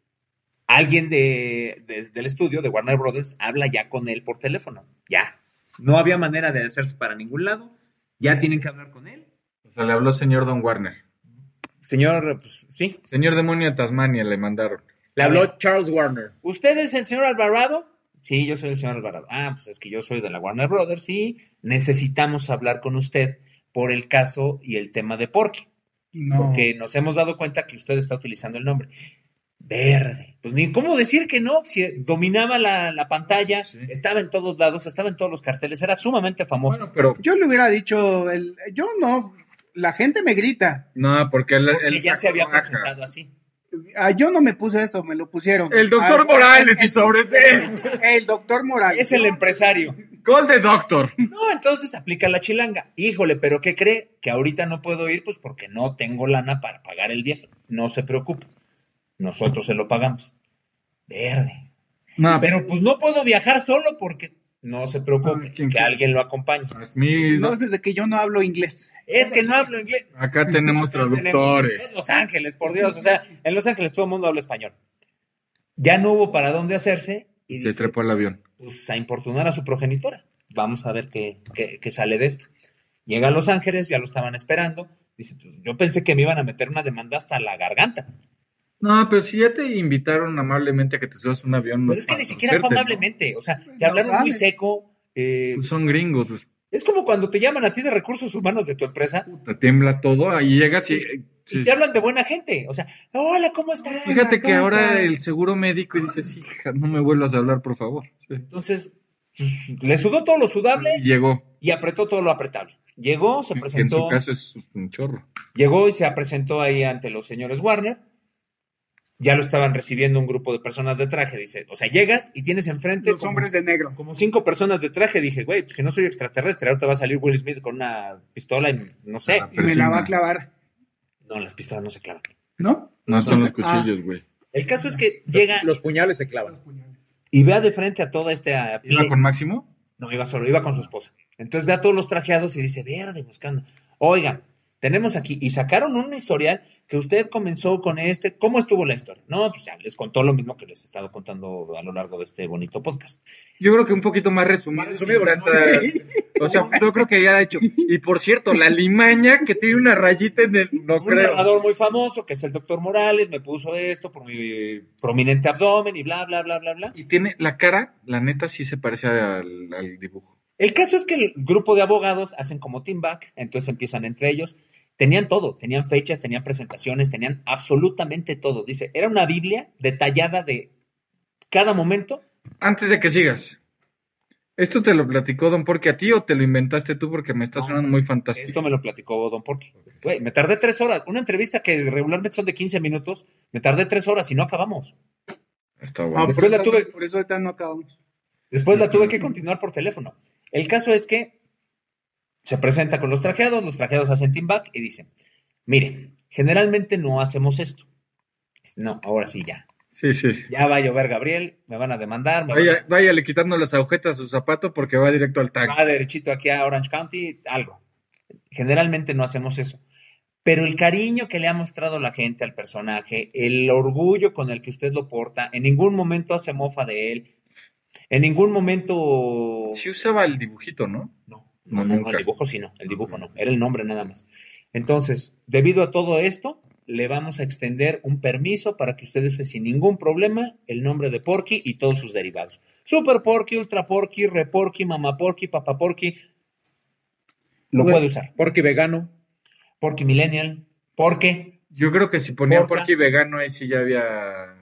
S8: alguien de, de- del estudio de Warner Brothers habla ya con él por teléfono. Ya. No había manera de hacerse para ningún lado. Ya tienen que hablar con él.
S10: O sea, le habló señor Don Warner.
S8: Señor, pues sí.
S10: Señor demonio de Tasmania le mandaron.
S9: Le habló Charles Warner.
S8: ¿Usted es el señor Alvarado? Sí, yo soy el señor Alvarado. Ah, pues es que yo soy de la Warner Brothers sí. necesitamos hablar con usted por el caso y el tema de Porky.
S7: No.
S8: Porque nos hemos dado cuenta que usted está utilizando el nombre. Verde. Pues ni cómo decir que no, si dominaba la, la pantalla,
S10: Sí.
S8: estaba en todos lados, estaba en todos los carteles, era sumamente famoso.
S10: Bueno, pero
S7: Yo le hubiera dicho, el, yo no, la gente me grita.
S10: No, porque él,
S8: Porque
S10: él
S8: ya se
S10: sacó
S8: había
S10: máscara.
S8: presentado así.
S7: Ah, yo no me puse eso, me lo pusieron.
S10: El doctor
S7: Ah,
S10: Morales
S7: el-
S10: y sobre él.
S7: El doctor Morales.
S8: Es el empresario.
S10: Gol de doctor.
S8: No, entonces aplica la chilanga. Híjole, pero ¿qué cree? Que ahorita no puedo ir, pues porque no tengo lana para pagar el viaje. No se preocupe. Nosotros se lo pagamos. Verde.
S10: No,
S8: Pero pues no puedo viajar solo porque no se preocupe,
S10: Ay, Ah, ¿quién
S8: que
S10: quiere?
S8: alguien lo acompañe.
S10: mi-
S7: No sé de que yo no hablo inglés.
S8: Es que no hablo inglés.
S10: acá tenemos
S8: Tenemos-
S10: traductores.
S8: Los Ángeles, por Dios. O sea, en Los Ángeles todo el mundo habla español. Ya no hubo para dónde hacerse y
S10: Se
S8: dice,
S10: trepó el avión.
S8: pues, a importunar a su progenitora. Vamos a ver qué, qué- qué sale de esto. Llega a Los Ángeles, ya lo estaban esperando. Dice, pues, yo pensé que me iban a meter una demanda hasta la garganta.
S10: No, pero si ya te invitaron amablemente a que te subas a un avión.
S8: Pero es que
S10: para
S8: ni siquiera fue
S10: conocerte, ¿no?
S8: amablemente. O sea, te
S7: No
S8: hablaron muy
S7: sabes.
S8: seco. eh,
S10: Pues son gringos, pues,
S8: es como cuando te llaman a ti de recursos humanos de tu empresa
S10: te tiembla todo, ahí llegas y...
S8: y
S10: sí,
S8: te hablan de buena gente. O sea, hola, ¿cómo estás?
S10: Fíjate que
S7: Hola,
S10: ahora
S7: compa.
S10: el seguro médico y dices, hija, no me vuelvas a hablar, por favor. Sí.
S8: Entonces, pues, le sudó todo lo
S10: Y
S8: sudable
S10: Llegó.
S8: y apretó todo lo apretable. Llegó, se
S10: que En su
S8: presentó.
S10: caso es un chorro.
S8: Llegó y se presentó ahí ante los señores Warner. Ya lo estaban recibiendo un grupo de personas de traje, dice. O sea, llegas y tienes enfrente
S7: Los hombres de negro.
S8: como cinco personas de traje. Dije, güey, pues si no soy extraterrestre, ahora te va a salir Will Smith con una pistola Eh, y no sé.
S10: Ah,
S7: Y me la va a
S10: Persina.
S7: clavar,
S8: No, las pistolas no se clavan.
S7: ¿no?
S10: No son los
S7: Ah.
S10: cuchillos, güey.
S8: El caso es que llega
S9: Los puñales se clavan.
S8: y vea de frente a toda esta...
S10: ¿Iba con Máximo?
S8: No, iba solo, iba con su esposa. Entonces ve a todos los trajeados y dice, verde, buscando. Oigan, tenemos aquí, y sacaron un historial que usted comenzó con este. ¿Cómo estuvo la historia? No, pues ya les contó lo mismo que les he estado contando a lo largo de este bonito podcast.
S10: Yo creo que un poquito más resumido.
S9: Resumido,
S10: sin tanta- O sea, yo creo que ya ha hecho. Y por cierto, la limaña que tiene una rayita en el. No
S8: un
S10: creo.
S8: narrador muy famoso, que es el doctor Morales, me puso esto por mi prominente abdomen y bla, bla, bla, bla, bla.
S10: Y tiene la cara, la neta, sí se parece al, al dibujo.
S8: El caso es que el grupo de abogados hacen como team back, entonces empiezan entre ellos. Tenían todo, tenían fechas, tenían presentaciones, tenían absolutamente todo. Dice, era una Biblia detallada de cada momento.
S10: Antes de que sigas, ¿esto te lo platicó Don Porque a ti o te lo inventaste tú porque me está
S8: No,
S10: sonando muy fantástico?
S8: Esto me lo platicó Don Porky. Güey, me tardé tres horas. Una entrevista que regularmente son de 15 minutos, me tardé tres horas y no acabamos.
S10: Está
S7: Ah,
S10: bueno.
S7: por,
S8: Después la
S7: eso,
S8: tuve-
S7: por eso ahorita no acabamos.
S8: Después la tuve que continuar por teléfono. El caso es que se presenta con los trajeados, los trajeados hacen team back y dicen, mire, generalmente no hacemos esto. No, ahora sí ya.
S10: Sí, sí.
S8: Ya va a llover Gabriel, me van a demandar, me van
S10: Vaya, váyale quitando las agujetas a su zapato porque va directo al
S8: a-
S10: tag.
S8: va derechito aquí a Orange County, algo. Generalmente no hacemos eso. Pero el cariño que le ha mostrado la gente al personaje, el orgullo con el que usted lo porta, en ningún momento hace mofa de él, en ningún momento...
S10: Sí usaba el dibujito, ¿no?
S8: No,
S10: No,
S8: no, no,
S10: nunca.
S8: el dibujo sí no, el dibujo no, era el nombre nada más. Entonces, debido a todo esto, le vamos a extender un permiso para que usted use sin ningún problema el nombre de Porky y todos sus derivados. Super Porky, Ultra Porky, Re Porky, Mamá Porky, Papá Porky, lo
S9: Bueno.
S8: puede usar.
S9: Porque vegano.
S8: Porky Millennial, Porky,
S10: Yo creo que si ponía
S8: Porca.
S10: Porque vegano, ahí sí ya había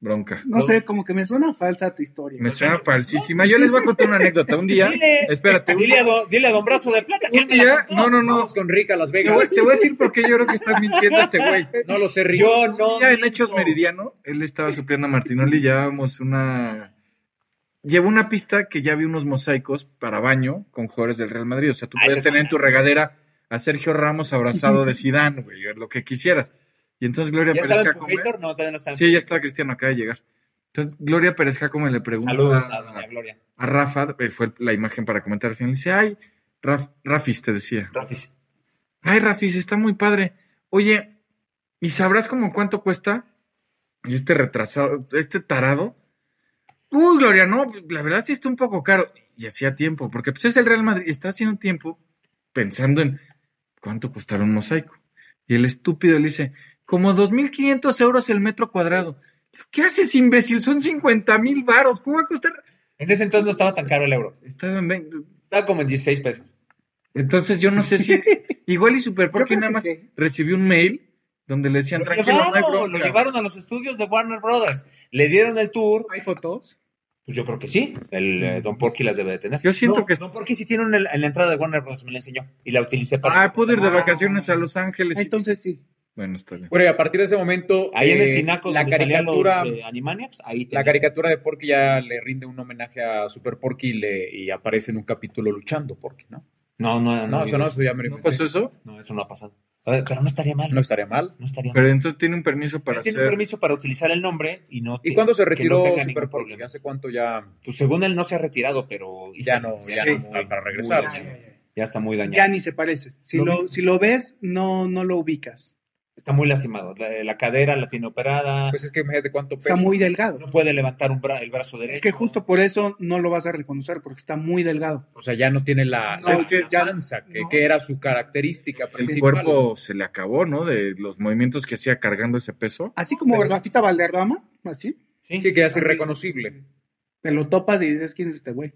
S10: bronca.
S7: No sé, como que me suena falsa tu historia.
S10: Me suena falsísima. Yo les voy a contar una anécdota. Un día,
S8: Dile,
S10: espérate, un,
S8: dile, a don, dile a Don Brazo de Plata que
S10: un
S8: él me la
S10: día,
S8: contó.
S10: no, no, no.
S9: Vamos con Rick a Las
S10: Te voy,
S9: Vegas.
S10: te voy a decir por qué yo creo que está mintiendo este güey.
S9: No lo sé, Rick.
S8: Yo no.
S10: Ya en Hechos
S8: miento.
S10: Meridiano, él estaba supliendo a Martinoli, llevábamos una. Llevó una pista que ya había unos mosaicos para baño con jugadores del Real Madrid. O sea, tú
S8: Ah, esa
S10: podías
S8: es
S10: tener en
S8: buena.
S10: tu regadera a Sergio Ramos abrazado de Sidán, güey, lo que quisieras. Y entonces Gloria
S8: ¿Ya estaba
S10: Pérez
S8: el
S10: Jacome.
S8: Pujator? No, todavía no está.
S10: Sí, ya está Cristiano, acaba de llegar. Entonces, Gloria Pérez Jacome le pregunta.
S8: Saludos a
S10: Ah.
S8: doña Gloria.
S10: a Rafa, eh, fue la imagen para comentar al final, dice, ay, Raf, Rafis te decía,
S8: Rafis.
S10: ay, Rafis, está muy padre. Oye, ¿y sabrás como cuánto cuesta? Y este retrasado, este tarado. Uy, Gloria, no, la verdad sí está un poco caro. Y hacía tiempo, porque pues es el Real Madrid, y está haciendo tiempo pensando en cuánto costará un mosaico. Y el estúpido le dice, como 2.500 euros el metro cuadrado. ¿Qué haces, imbécil? Son 50 mil varos. ¿Cómo va a costar?
S8: En ese entonces no estaba tan caro el euro.
S10: Estaba en 20,
S8: Estaba como en 16 pesos.
S10: Entonces yo no sé si igual y Super Porky
S7: creo
S10: nada
S7: que
S10: más
S7: sí.
S10: recibió un mail donde le decían
S8: Lo
S10: tranquilo, no hay
S8: llevaron,
S10: bronca".
S8: lo llevaron a los estudios de Warner Brothers, le dieron el tour,
S7: ¿Hay fotos?
S8: Pues yo creo que sí. El
S10: Mm.
S8: eh, Don Porky las debe de tener.
S10: Yo siento
S8: No,
S10: que-
S8: Don Porky sí tiene una en la entrada de Warner Bros. Me la enseñó y la utilicé para.
S10: Ah, puedo ir de vacaciones a Los Ángeles.
S7: Ah, Entonces sí.
S10: Bueno, está bien.
S9: Bueno, y a partir de ese momento,
S8: Ahí en
S9: eh,
S8: el tinaco
S9: la
S8: donde salían
S9: caricatura,
S8: los, eh, Animaniacs, ahí
S9: la
S8: tenías.
S9: caricatura de Porky ya le rinde un homenaje a Super Porky y, le- y aparece en un capítulo luchando Porky, ¿no?
S8: No, Ah, no, no.
S9: No, eso no, eso ya me lo
S10: ¿No
S9: inventé.
S10: pasó eso?
S8: pues, No, eso no ha pasado. A ver, pero no estaría mal.
S9: No estaría mal.
S8: No estaría
S10: Pero
S8: mal.
S10: entonces tiene un permiso para
S8: Él Tiene un
S10: hacer.
S8: permiso para utilizar el nombre y no.
S9: ¿Y
S8: te-
S9: cuándo se
S8: que no
S9: retiró
S8: tenga
S9: Super
S8: ningún
S9: Porky?
S8: problema.
S9: ¿Hace cuánto ya?
S8: Pues según él no se ha retirado, pero.
S9: Ya no, ya
S8: Sí.
S9: no, para- para regresar.
S8: Muy dañado. ya está muy dañado.
S7: Ya ni se parece. Si
S8: Lo
S7: lo, si lo ves, no, no lo ubicas.
S8: Está muy lastimado. La, la cadera la tiene operada.
S9: Pues es que imagínate cuánto pesa.
S7: Está muy delgado.
S8: no puede levantar un bra- el brazo derecho.
S7: Es que justo por eso no lo vas a reconocer, porque está muy delgado.
S9: O sea, ya no tiene la,
S7: No,
S9: la
S7: es que ya-
S9: panza, que,
S7: no.
S9: que era su característica
S10: El
S9: principal.
S10: cuerpo se le acabó, ¿no? De los movimientos que hacía cargando ese peso.
S7: Así como
S9: Pero-
S7: Rafita Valderrama, así.
S9: Sí, que es
S7: Así.
S9: irreconocible.
S7: Te lo topas y dices, ¿quién es este güey?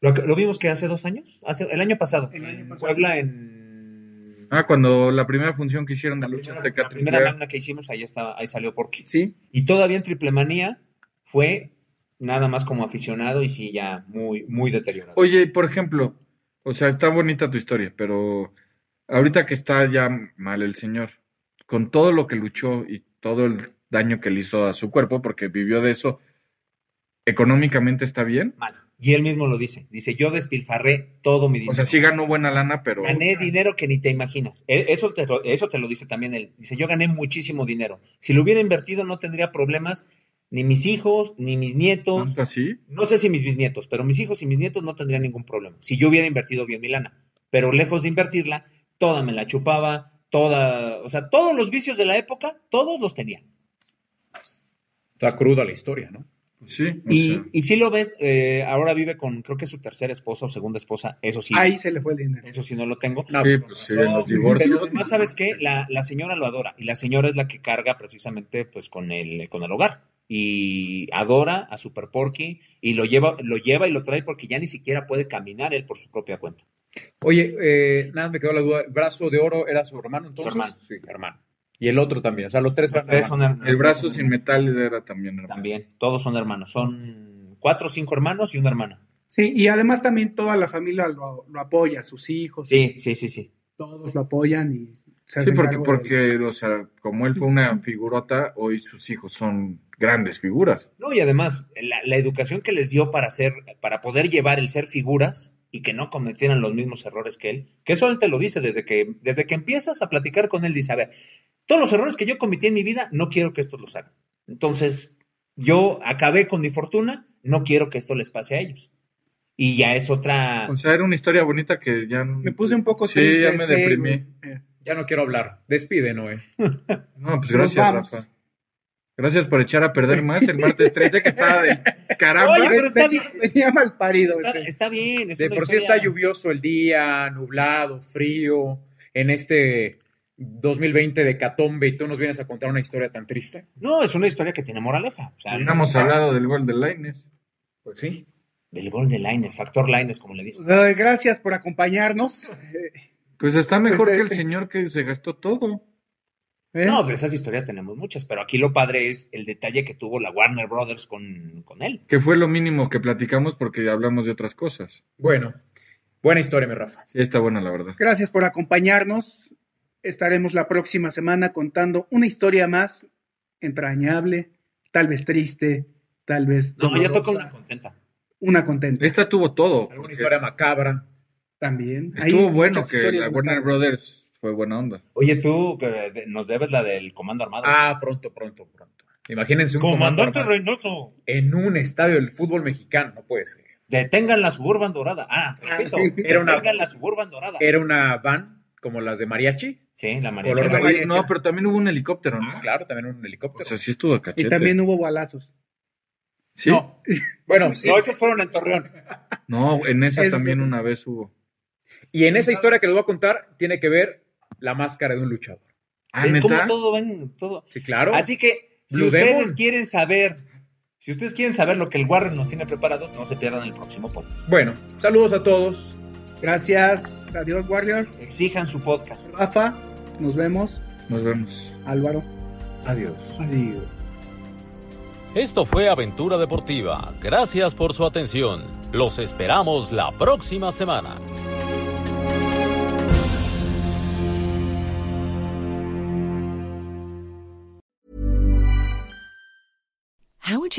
S8: Lo, lo vimos que hace dos años, hace, el año pasado.
S7: El año
S8: en
S7: pasado.
S8: Puebla, en.
S10: Ah, cuando la primera función que hicieron de
S8: la
S10: Lucha
S8: primera,
S10: Azteca
S8: la primera
S10: Triple A.
S8: magna que hicimos, ahí, estaba, ahí salió Porky.
S7: Sí.
S8: Y todavía en Triple Manía fue nada más como aficionado y sí, ya muy, muy deteriorado.
S10: Oye, y por ejemplo, o sea, está bonita tu historia, pero ahorita que está ya mal el señor, con todo lo que luchó y todo el daño que le hizo a su cuerpo, porque vivió de eso, ¿económicamente está bien?
S8: Mal. Y él mismo lo dice. Dice, yo despilfarré todo mi dinero.
S10: O sea, sí ganó buena lana, pero...
S8: Gané dinero que ni te imaginas. E- Eso te, lo- eso te lo dice también él. Dice, yo gané muchísimo dinero. Si lo hubiera invertido no tendría problemas ni mis hijos, ni mis nietos,
S10: ¿Tanto así?
S8: no sé si mis bisnietos, pero mis hijos y mis nietos no tendrían ningún problema. Si yo hubiera invertido bien mi lana, pero lejos de invertirla, toda me la chupaba, toda, o sea, todos los vicios de la época, todos los tenía.
S9: Está cruda la historia, ¿no?
S10: Sí, o
S8: Y,
S10: sea,
S8: y si lo ves, eh, ahora vive con, creo que es su tercera esposa o segunda esposa, eso sí,
S7: Ahí se le fue el dinero.
S8: eso sí no lo tengo.
S9: No,
S10: sí, pues sí, en los divorcios.
S8: Pero además, ¿sabes qué? La, la señora lo adora y la señora es la que carga precisamente pues con el, con el hogar. Y adora a Super Porky y lo lleva, lo lleva y lo trae porque ya ni siquiera puede caminar él por su propia cuenta.
S9: Oye, eh, nada, me quedó la duda. ¿El brazo de oro era su hermano entonces?
S8: hermano.
S9: Sí, hermano. Y el otro también. O sea, los tres
S8: Los
S9: eran
S8: tres
S9: hermanos.
S8: son hermanos.
S10: El brazo sin metal era también... hermano.
S8: También, todos son hermanos. Son cuatro o cinco hermanos y una hermana.
S7: Sí, y además también toda la familia lo, lo apoya, sus hijos,
S8: Sí, sí, sí, sí.
S7: todos lo apoyan y se
S10: Sí,
S7: hacen
S10: porque,
S7: cargo de-
S10: porque, o sea, como él fue una figurota, hoy sus hijos son grandes figuras.
S8: No, y además, la, la educación que les dio para ser, para poder llevar el ser figuras y que no cometieran los mismos errores que él, que eso él te lo dice desde que, desde que empiezas a platicar con él, dice, a ver, todos los errores que yo cometí en mi vida, no quiero que estos los hagan. Entonces, yo acabé con mi fortuna, no quiero que esto les pase a ellos. Y ya es otra...
S9: Pues,
S10: O sea, era una historia bonita que ya...
S7: Me puse un poco
S10: Sí,
S7: triste.
S10: ya me
S7: ese-
S10: deprimí.
S7: Eh,
S9: Ya no quiero hablar. Despide, Noé.
S10: No,
S7: Nos
S10: pues gracias,
S7: vamos.
S10: Rafa. Gracias por echar a perder más el martes 13 que estaba del caramba.
S8: Oye, pero está
S7: venía,
S8: bien.
S7: venía mal parido. este.
S8: Está,
S7: ese.
S8: está bien. es
S9: De
S8: una
S9: por sí
S8: historia-
S9: está lluvioso el día, nublado, frío, en este 2020 de catombe y tú nos vienes a contar una historia tan triste.
S8: No, es una historia que tiene moraleja. O sea,
S10: Habíamos hablado del gol de Laines.
S9: Pues sí.
S8: Del gol de Lines, factor Lines, como le dicen.
S7: Ay, Gracias por acompañarnos. Eh,
S10: Pues está mejor
S7: Este-
S10: que el señor que se gastó todo.
S7: eh,
S8: No, pero esas historias tenemos muchas, pero aquí lo padre es el detalle que tuvo la Warner Brothers con, con él.
S10: Que fue lo mínimo que platicamos porque hablamos de otras cosas.
S9: Bueno, buena historia, mi Rafa.
S10: Sí, está buena la verdad.
S7: Gracias por acompañarnos. Estaremos la próxima semana contando una historia más entrañable, tal vez triste, tal vez
S8: No, ya
S7: dolorosa,
S8: toca una contenta.
S7: una contenta
S10: Esta tuvo todo.
S9: Alguna
S10: porque
S9: historia macabra.
S7: también. Ahí
S10: Estuvo bueno
S7: muchas
S10: que
S7: historias
S10: la Warner
S7: contadas.
S10: Brothers fue buena onda.
S8: Oye, tú que de- nos debes la del Comando Armado.
S9: Ah, pronto, pronto, pronto. Imagínense un
S8: Comandante
S9: comando armado
S8: Reynoso.
S9: en un estadio del fútbol mexicano, no puede ser.
S8: Detengan la suburban dorada. Ah, repito.
S9: Era una-
S8: Detengan la suburban dorada.
S9: Era una van como las de mariachi.
S8: Sí, la
S9: Color
S8: mariachi.
S9: de
S10: Oye,
S9: mariachi.
S10: no, pero también hubo un helicóptero, ¿no?
S9: Ah, claro, también un
S10: O
S9: helicóptero.
S10: sea, sí estuvo
S7: Y
S10: cachete.
S7: también hubo balazos.
S10: ¿Sí? No,
S9: No. Bueno, sí.
S8: No, esos fueron en Torreón.
S10: en esa
S7: Eso-
S10: también una vez hubo.
S9: Y en esa historia que les voy a contar tiene que ver la máscara de un luchador.
S10: Ah,
S8: es como
S10: ¿neta?
S8: todo va en todo.
S9: Sí, claro.
S8: Así que, si
S9: Blue
S8: ustedes
S9: Demon.
S8: quieren saber, si ustedes quieren saber lo que el Warner nos tiene preparado, no se pierdan el próximo podcast.
S9: Bueno, saludos a todos.
S7: Gracias. Adiós, Warrior.
S8: Exijan su podcast.
S7: Rafa, nos vemos.
S10: Nos vemos.
S7: Álvaro.
S9: Adiós.
S7: Adiós.
S1: Esto fue Aventura Deportiva. Gracias por su atención. Los esperamos la próxima semana.
S9: How would